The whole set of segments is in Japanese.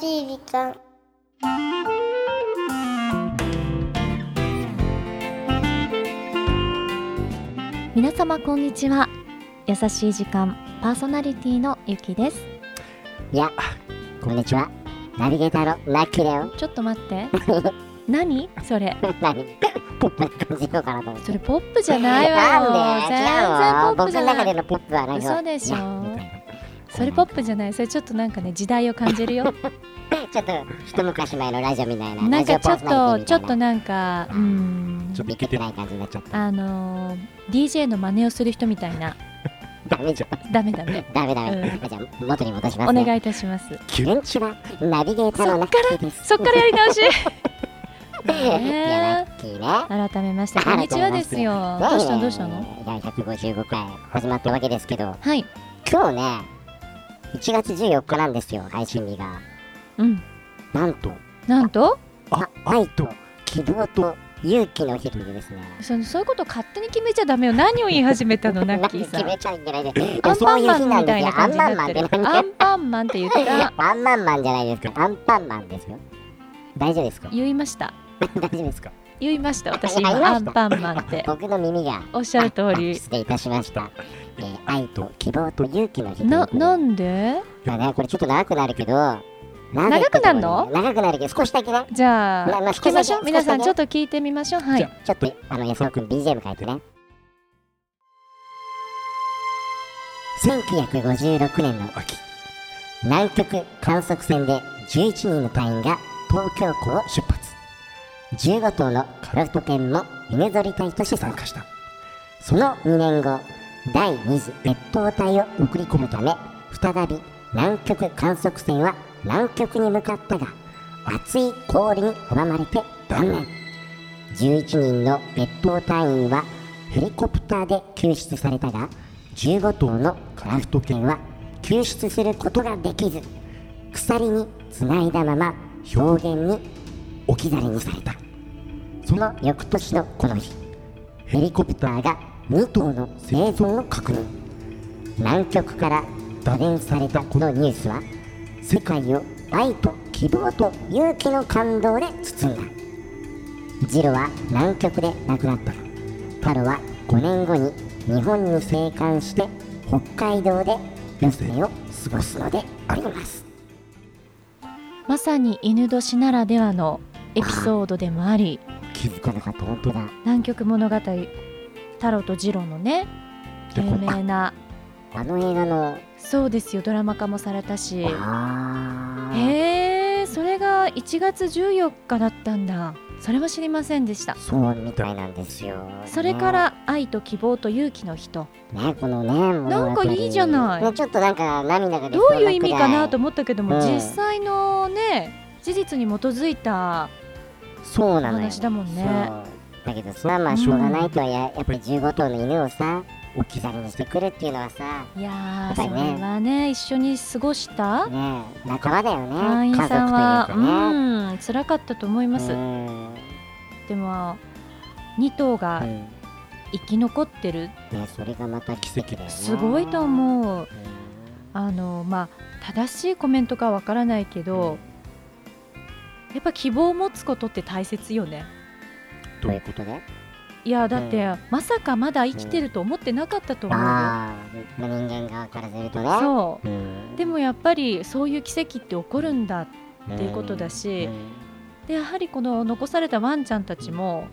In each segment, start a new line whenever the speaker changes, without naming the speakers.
しい時間
皆様こんにちは優しい時間パーソナリティのゆきです
いや、こんにちは。ナビゲーターのラッキーだよ。
ちょっと待って何それ
何ポップな感じのかなと思って。
それポップじゃないわよ
なんで違う
全然
わ。
ポップ
僕
じ
の
ゃな
中
い
でのポップは何
嘘でしょ
いや
それポップじゃないそれちょっとなんかね時代を感じるよ
ちょっと、一昔前のラジオみたいな。
なんか
ラジ
ちょ
オ
っ
パーソナ
と
リ
ち
テ
ょ
ィ
っ
み
と
たいな
なんかうん
ちょっと
見
聞
て
いて
ない感じになっちゃった。
あのー DJ の真似をする人みたいな
ダメじゃん。
ダメダメ
ダメダメ。
う
じゃあ、元に戻します、
お
ね。
願いいたします
キュンチはナビゲーターのラッキーです。
そっからやり 直し
いや、ラ
ね
ッキーね。
改めましてこんにちはですよどうしたのどうしたの
のいや、155回始まったわけですけど、
はい
今日ね、1月14日なんですよ、配信日が。
うん
なんと、
なんと
あ、愛と希望と勇気の日というですね。
そのそういうこと勝手に決めちゃダメよ何を言い始めたの ナッキーさ
決め
ん
ちゃいけないで
アンパンマンみたいな
ア
感
ン
じにな
パン
っ
マンってて
る
何
アンパンマンって言った
アンパンマンじゃないですか。アンパンマンですよ。大丈夫ですか
言いました
大丈夫ですか
言いました私今
言いま
ア
し
ン
た
パンマンって
僕の耳が
おっしゃる通り
失礼いたしました。えー愛と希望と勇気の日という
な
ことで
なんで
まあね、これちょっと長くなるけど、長
長くなるの
長くなるけど、少しだけね。
じゃあ
まあまあ
聞きましょう
少しだけ
皆さん
少しだけ
ちょっと聞いてみましょうは
じ
い
ゃあちょっと、あの、安尾くん BGM 書いてね。1956年の秋、南極観測船で11人の隊員が東京港を出発。15頭のカラフト犬も犬ぞり隊として参加した。その2年後、第2次越冬隊を送り込むため、再び南極観測船は南極に向かったが、厚い氷に阻まれて断念。11人の越冬隊員はヘリコプターで救出されたが15頭のカラフト犬は救出することができず鎖につないだまま氷原に置き去りにされたその翌年のこの日ヘリコプターが2頭の生存の確認南極から打電されたこのニュースは世界を愛と希望と勇気の感動で包んだジロは南極で亡くなったタロは5年後に日本に生還して北海道で余生を過ごすのであります
まさに犬年ならではのエピソードでもあり
気づかなかった本当だ
南極物語太郎と次郎のね
で
有
これ
名な
あの映画の
そうですよドラマ化もされたし
あー
へえそれが1月14日だったんだそれは知りませんでした
そうみたいなんですよ
それから愛と希望と勇気の人
ねこのね物語
なんかいいじゃない
ねちょっとなんか涙が出
ど
そう
いう意味かなと
思
思ったけども、
うん
実際のね事実に基づいた
そうなのよ
話だもんね
そうだけどさまあしょうがないとはややっぱり15頭の犬をさ置き去りにしてくるっていうのはさ
いや
や
ー
っ
そ
ぱりね
れはね一緒に過ごした
ねえ仲間だよね
隊員
家族と
さんは
いうかね
うん辛かったと思います、
うん
でも2頭
う
が
ん
生き残ってる
ねそれがまた奇跡だよね
すごいと
う
思うんあのまあ正しいコメントかわからないけど、やっぱ希望を持つことって大切よね
ということで
いやだって、
う
まさかまだ生きてると思ってなかったと思うよ、
ああ人間側からするとね
そううんでもやっぱりそういう奇跡って起こるんだ
って
いうことだしでやはりこの残されたワンちゃんたちも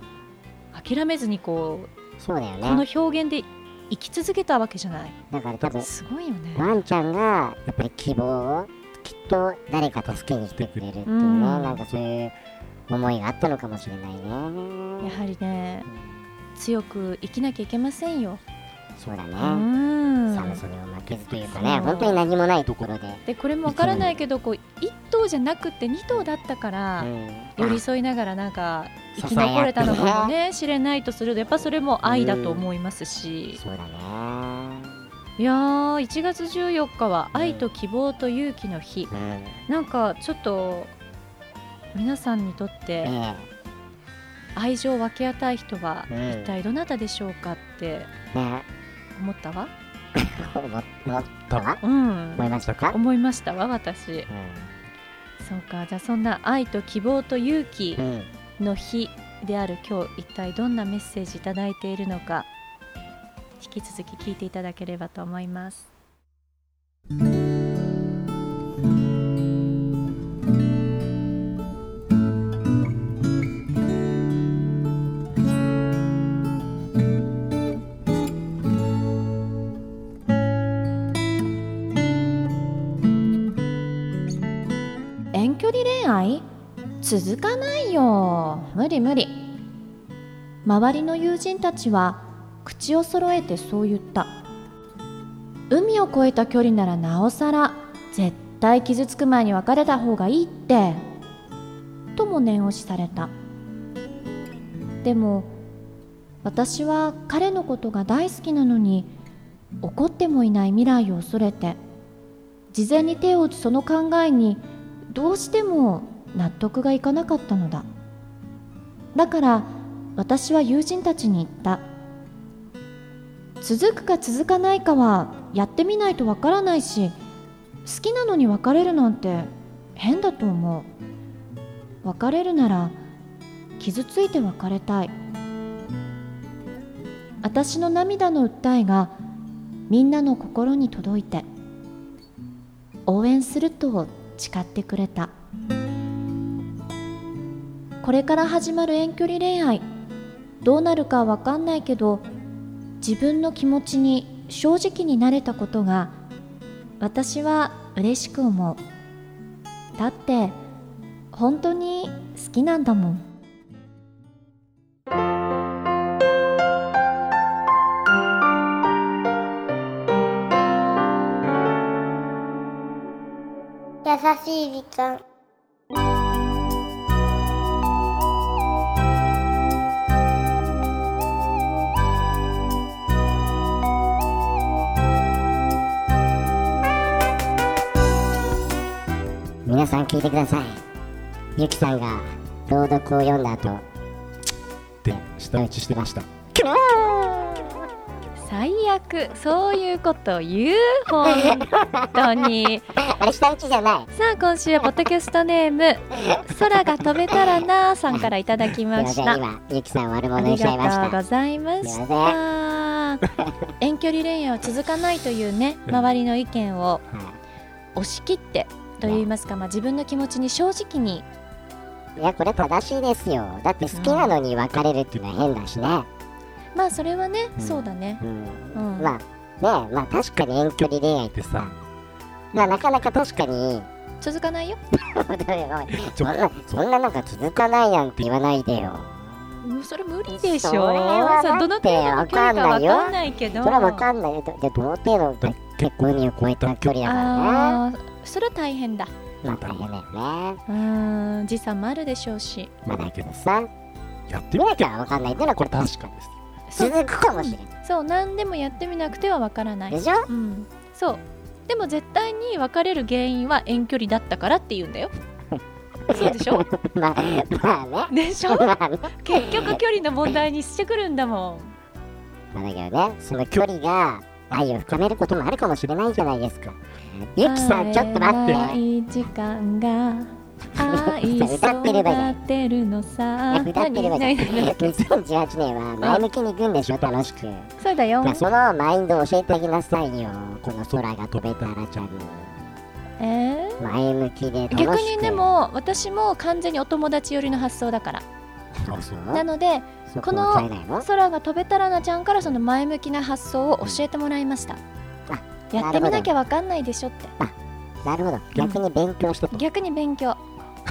諦めずにこう
そうだよ
この
ね
表現で生き続けたわけじゃない
だから多分
すごいよね
ワンちゃんがやっぱり希望をきっと誰か助けに来てくれるっていうね、
うん
なんかそういう思いがあったのかもしれないねや
やはりね強く生きなきゃいけませんよ、
そうだね、
うん
寒さにも負けずというか
そ
ね
う
本当に何もないところで、
でこれもわからないけどこう1頭じゃなくて2頭だったから、寄り添いながらなんか生き残れたのかもね知れないとするとやっぱそれも愛だと思いますし、
そうだね。
いやー1月14日は愛と希望と勇気の日、
うん。
なんかちょっと皆さんにとっ
え
て
え
愛情を分け与え人は
うん
一体どなたでしょうかって
ね、
思ったわ
思思ったわ
うん
思いましたか？
思いましたわ私
うん。
そうかじゃあそんな愛と希望と勇気の日である今日一体どんなメッセージいただいているのか引き続き聞いていただければと思います遠距離恋愛続かないよ無理無理周りの友人たちは口を揃えてそう言った海を越えた距離ならなおさら絶対傷つく前に別れた方がいいってとも念押しされたでも私は彼のことが大好きなのに怒ってもいない未来を恐れて事前に手を打つその考えにどうしても納得がいかなかったのだだから私は友人たちに言った続くか続かないかはやってみないとわからないし好きなのに別れるなんて変だと思う別れるなら傷ついて別れたい私の涙の訴えがみんなの心に届いて応援すると誓ってくれたこれから始まる遠距離恋愛どうなるかわかんないけど自分の気持ちに正直になれたことが私は嬉しく思うだって本当に好きなんだもん
優しい時間
皆さん聞いてくださいゆきさんが朗読を読んだ後
って舌打ちしてました
最悪そういうこと言う本当 に
あれ下打ちじゃない
さあ今週はポッドキャストネーム空が飛べたらなーさんからいただき
すい
ま
ま
し
せん
た
今ゆきさん悪
あ
者
り
にしちゃいまし
がとう
た
ございました遠距離恋愛は続かないというね周りの意見を
は
押し切ってと言いますか、まあ、自分の気持ちに正直に
いいやこれ正しいですよだって好きなのに別れるっていうのは変だしね、
まあそれはね、
うん
そうだね
うん
うん
まあねまあ確かに遠距離恋愛ってさまあなかなか確かに
続かないよ
ごめんごめん
ち
そ
ょ
んなそんななんか続かないやんって言わないでよ
もうそれ無理でしょ
それは
さあ
だ
ど
って
の程度の距離かわかんないけど
それはわかんないよで同程度
だ
結構海を越えた距離だからね
あーそれは大変だ
まあ大変だよね
うーん時差もあるでしょうし
ま
まあ
だ
だ
いけ
け
ど
どさ
やってみ
ど
な
う
き
か
ゃ
はわかんないっていうのは
こ
こ
れ
れ
確かです
そう
続くかもしれな
そう何でもやってみなくてはわからないい
でしょ
うんそうでも絶対に別れる原因は遠距離だったからって言 うんだよそうでしょ
まあまあね
でしょ
まあね
結局距離の問題にしてくるんだもん
まあだけどねその距離が愛を深めることもあるかもしれないじゃないですかゆきさんちょっと待っ
会え
て
ない時間が愛
歌ってればいい
育てるのさ
役立ってればじゃん
何何何
2018年は前向きに行くんでしょ楽しく
そうだよ
じゃあそのマインドを教えてあげなさいよこの空が飛べたらちゃんに
えー
前向きで楽しく
逆にでも私も完全にお友達寄りの発想だから
あそう
なので
そ
こ
こ
の
の変えないの
空が飛べたらなちゃんからその前向きな発想を教えてもらいました、
あ
やってみなきゃわかんないでしょって
なるほど逆に勉強したと
逆に勉強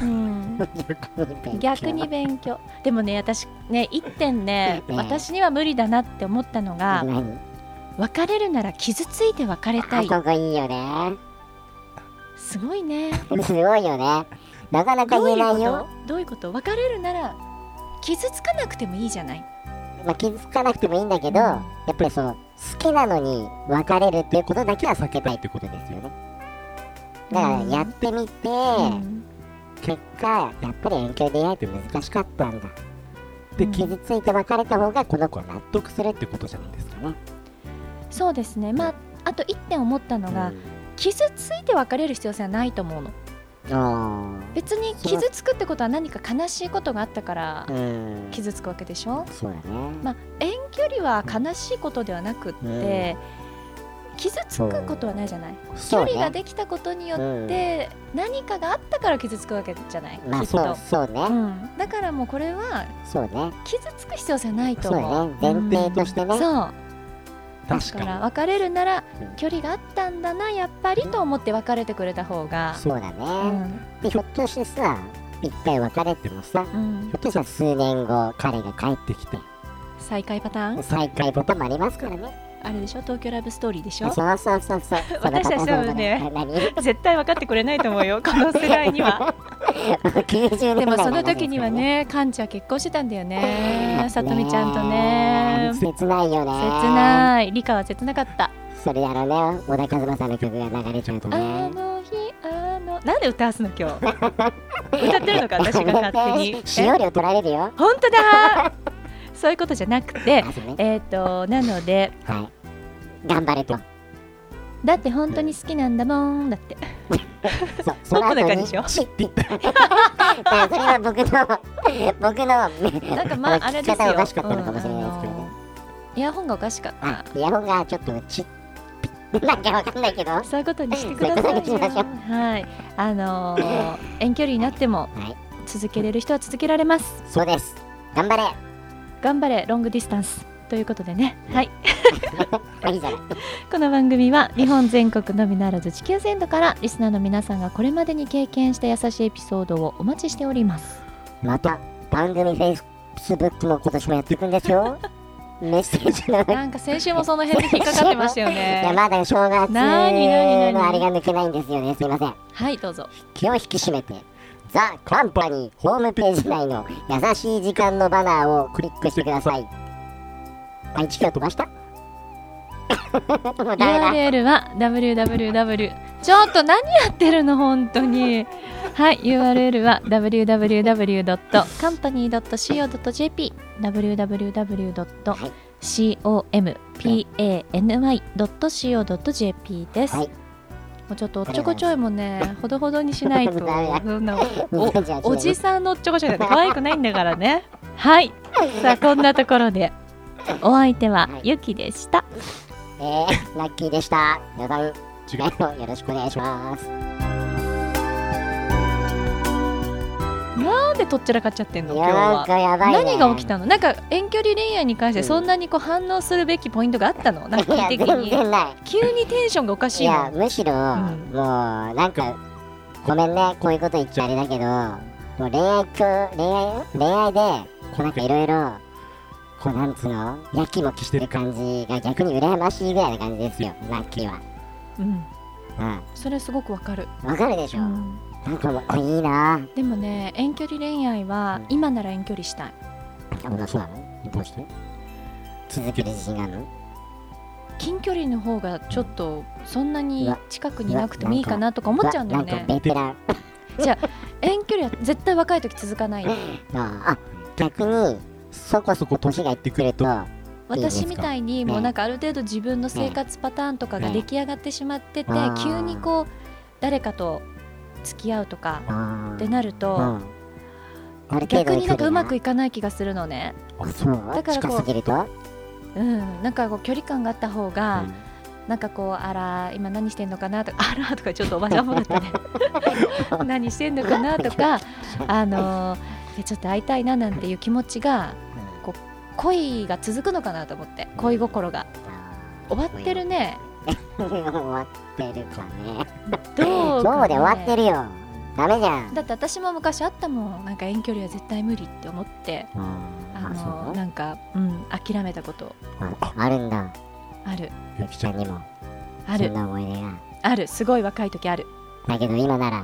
うん 逆に勉強でもね私ね一点ね
ねえ
私には無理だなって思ったのが
何
別れるなら傷ついて別れた
あ
い
そこいいよね
すごいね
すごいよねなかなか
どう
言
い
え
う
な
こ
い
と
よ
どういうこと別れるなら傷つかなくてもいいじゃない
まあ気づかなくてもいいんだけどやっぱりその好きなのに別れるっていうことだけは避けたいってことですよねだからやってみて、
うん
結果やっぱり遠距離恋愛って難しかったんだで傷ついて別れた方がこの子は納得するってことじゃないですかね、
そうですねまああと一点思ったのが、
うん
傷ついて別れる必要性はないと思うの
あ
別に傷つくってことは何か悲しいことがあったから
あうん
傷つくわけでしょ、
そうだね
まあ、遠距離は悲しいことではなくって、傷つくことはないじゃない、距
そう
離が
ね
できたことによって何かがあったから傷つくわけじゃない、
ま
きっ
あ
と、
そうそう
う
ね
ん、だからもうこれは
そうね
傷つく必要性はないと
そう
思う
ね前提としてね
そう
確
だから
か
別れるなら
うん
距離があったんだなやっぱりと思って別れてくれた方が
そうだ
う
ね
ん
でひょっとしてさ一回別れてもさひ
うん
ょっとしたら数年後彼が帰ってきて
再会パターン
再会こともありますからね
あれでしょ東京ラブストーリーでし
そう
ょ
そうそうそうその
私たち多分ね
パターンだ
絶対分かってくれないと思うよこの世代 には
何
で
90年代
も
の話
その時には ねカンちゃん結婚してたんだよねさとみちゃんとね切
切ないよね
ない理科は切なかった
それやらね小田和正さんの曲が流れちゃうと
あ
ね
の日あのなんで歌わすの今日 歌ってるのか私が勝手に
使用料取られるよ
本当だそういうことじゃなくて
あそうね
えっ、となので
はい頑張れと
だって本当に好きなんだもんだって
そその後
ポップな
に
感じでしょ
シッて言 っただからそれは僕の僕の
なんかまああれ
聞き
です
方
よ
がおかしかったのかもしれないですけど
うんあ
ね
のイヤホンがおかしかっ
あ
た
イヤホンがちょっ とチッピッなんかわかんないけどは
そういうことにしてください
そう
よ
いうことにしましょう
はいあのー遠距離になっても
い
続けれる人は続けられます
そうです頑張れ
頑張れロングディスタンスということでねはい
あいいじゃない
この番組は日本全国のみならず地球全土からリスナーの皆さんがこれまでに経験した優しいエピソードをお待ちしております
また番組フェイスブックも今年もやっていくんですよ メッセージの
なんか先週もその辺で引っかかってましたよ
いや
ね
まだ正月の
なになになに
あれが抜けないんですよねすいません
はいどうぞ
気を引き締めてザ・カンパニーホームページ内の優しい時間のバナーをクリックしてくださいあ一票飛ばした もうダメだ
URL は www ちょっと何やってるの本当 にはい URL は www.company.co.jp www.company.co.jp です、
はい
もうちょっとおっちょこちょいもねほどほどにしないとそんなお
じゃあ
おじさんのおっちょこちょいだって可愛くないんだからね はいさあこんなところでお相手はゆきでした
えー、ラッキーでした皆さ
に
ん
違う
来年もよろしくお願いします
なんでとっちらかっちゃってん
い
の
や
今日
なん
は、
かやばい、ね、
何が起きたのなんか遠距離恋愛に関して
うん
そんなにこう反応するべきポイントがあったのなんか
いや
聞いて
全
きに
然ない
急にテンションがおかし
い
いも
や
ん
むしろ、
ん
もうなんかごめんねこういうこと言っちゃあれだけどもう恋愛と恋愛恋愛でこうなんかいろいろこうなんつうのやきもきしてる感じが逆に羨ましいぐらいな感じですよラッキーは
うん
う
それすごくわかる、
んわかるでし
う
ょ、
ん、
なんかもうあいいな
でもね遠距離恋愛は
うん
今なら遠距離したい
あそうなのどうして続ける自信があるの
近距離の方がちょっとそんな
う
に
わ
近くにいなくてもいいかなとか思っちゃうんだよ
ななん
ね
かベテラン
遠距離は絶対若い時続かないよ
ああ逆にそこそこ年がいってくると
私みたいにもうなんかある程度自分の生活パターンとかが出来上がってしまってて
ねね
急にこう誰かと付き合うとか
あ
って
ー
なる
う
と
んある程度
逆になんかうま
いく
くいかない気がするのね
あそう
だからこう
近すぎると、
うんなんかこう距離感があった方
う
が
ん
なんかこうあら今何してんのかなとか あらとかちょっとおばちゃんもだ ったね何してんのかなとかあのーえちょっと会いたいななんていう気持ちが恋が続くのかなと思って恋心が終わってるね
うん 終わってるかね
どうかね
そうで終わってるよダメじゃん
だって私も昔あったもんなんか遠距離は絶対無理って思ってあ
あ
の
そう
なんか、うん、諦めたこと
ああるんだ
ある
ゆ
ゆ
き
き
ち
ち
ゃ
ゃ
ん
んにも
あ
そん
る
な思い出が
あるすごい若い時ある
だけど今なら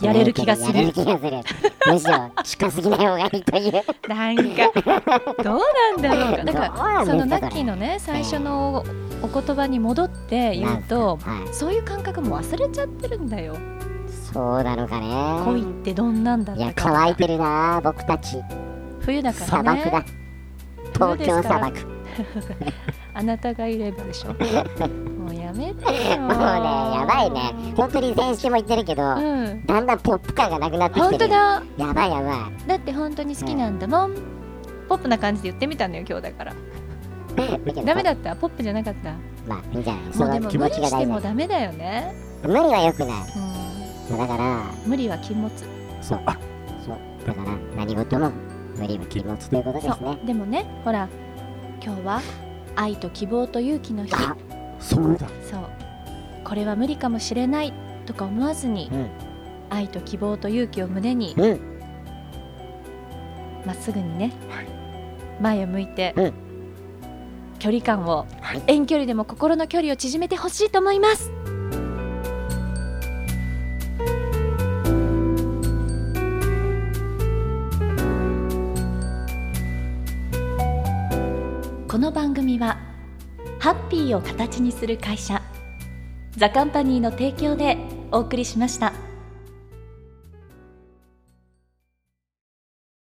やれる気がする
やれる気がする むしろ近すぎない方がいいという
なん かどうなんだろうかだから
ら
そのナッキーのね最初のお言葉に戻って言うと
はい
そういう感覚も忘れちゃってるんだよ
そうなのか
恋っ
ね
てどんなんだっ
いや
たか
乾いてるな僕たち
冬だか
砂
ら
漠だ
ね
東京砂漠
あなたがいればでしょもうややめてよ
もうねやばいね本当に先週も言ってるけど、
うん
だんだんポップ感がなくなってきて
本
る
当だ
やばいやば
だって本当に好きなんだもん、ポップな感じで言ってみたのよ今日だから
い
ダメだったポップじゃなかった
まあいいんじゃないそ
もうで
の
も
気
無
持
理
ちが
して
大
も
事
ダメだよね、
無理はよくな
う
い
ん
そうだから
無理は禁物
そうあそう
だから何事も無理は禁物ということですね
でもねほら今日は愛と希望と勇気の日
あ
そうだ
そうこれは無理かもしれないとか思わずに、
うん
愛と希望と勇気を胸に
うん
まっすぐにね、
はい
前を向いて、
うん
距離感を、
はい
遠距離でも心の距離を縮めてほしいと思いますこの番組はハッピーを形にする会社ザカンパニーの提供でお送りしました。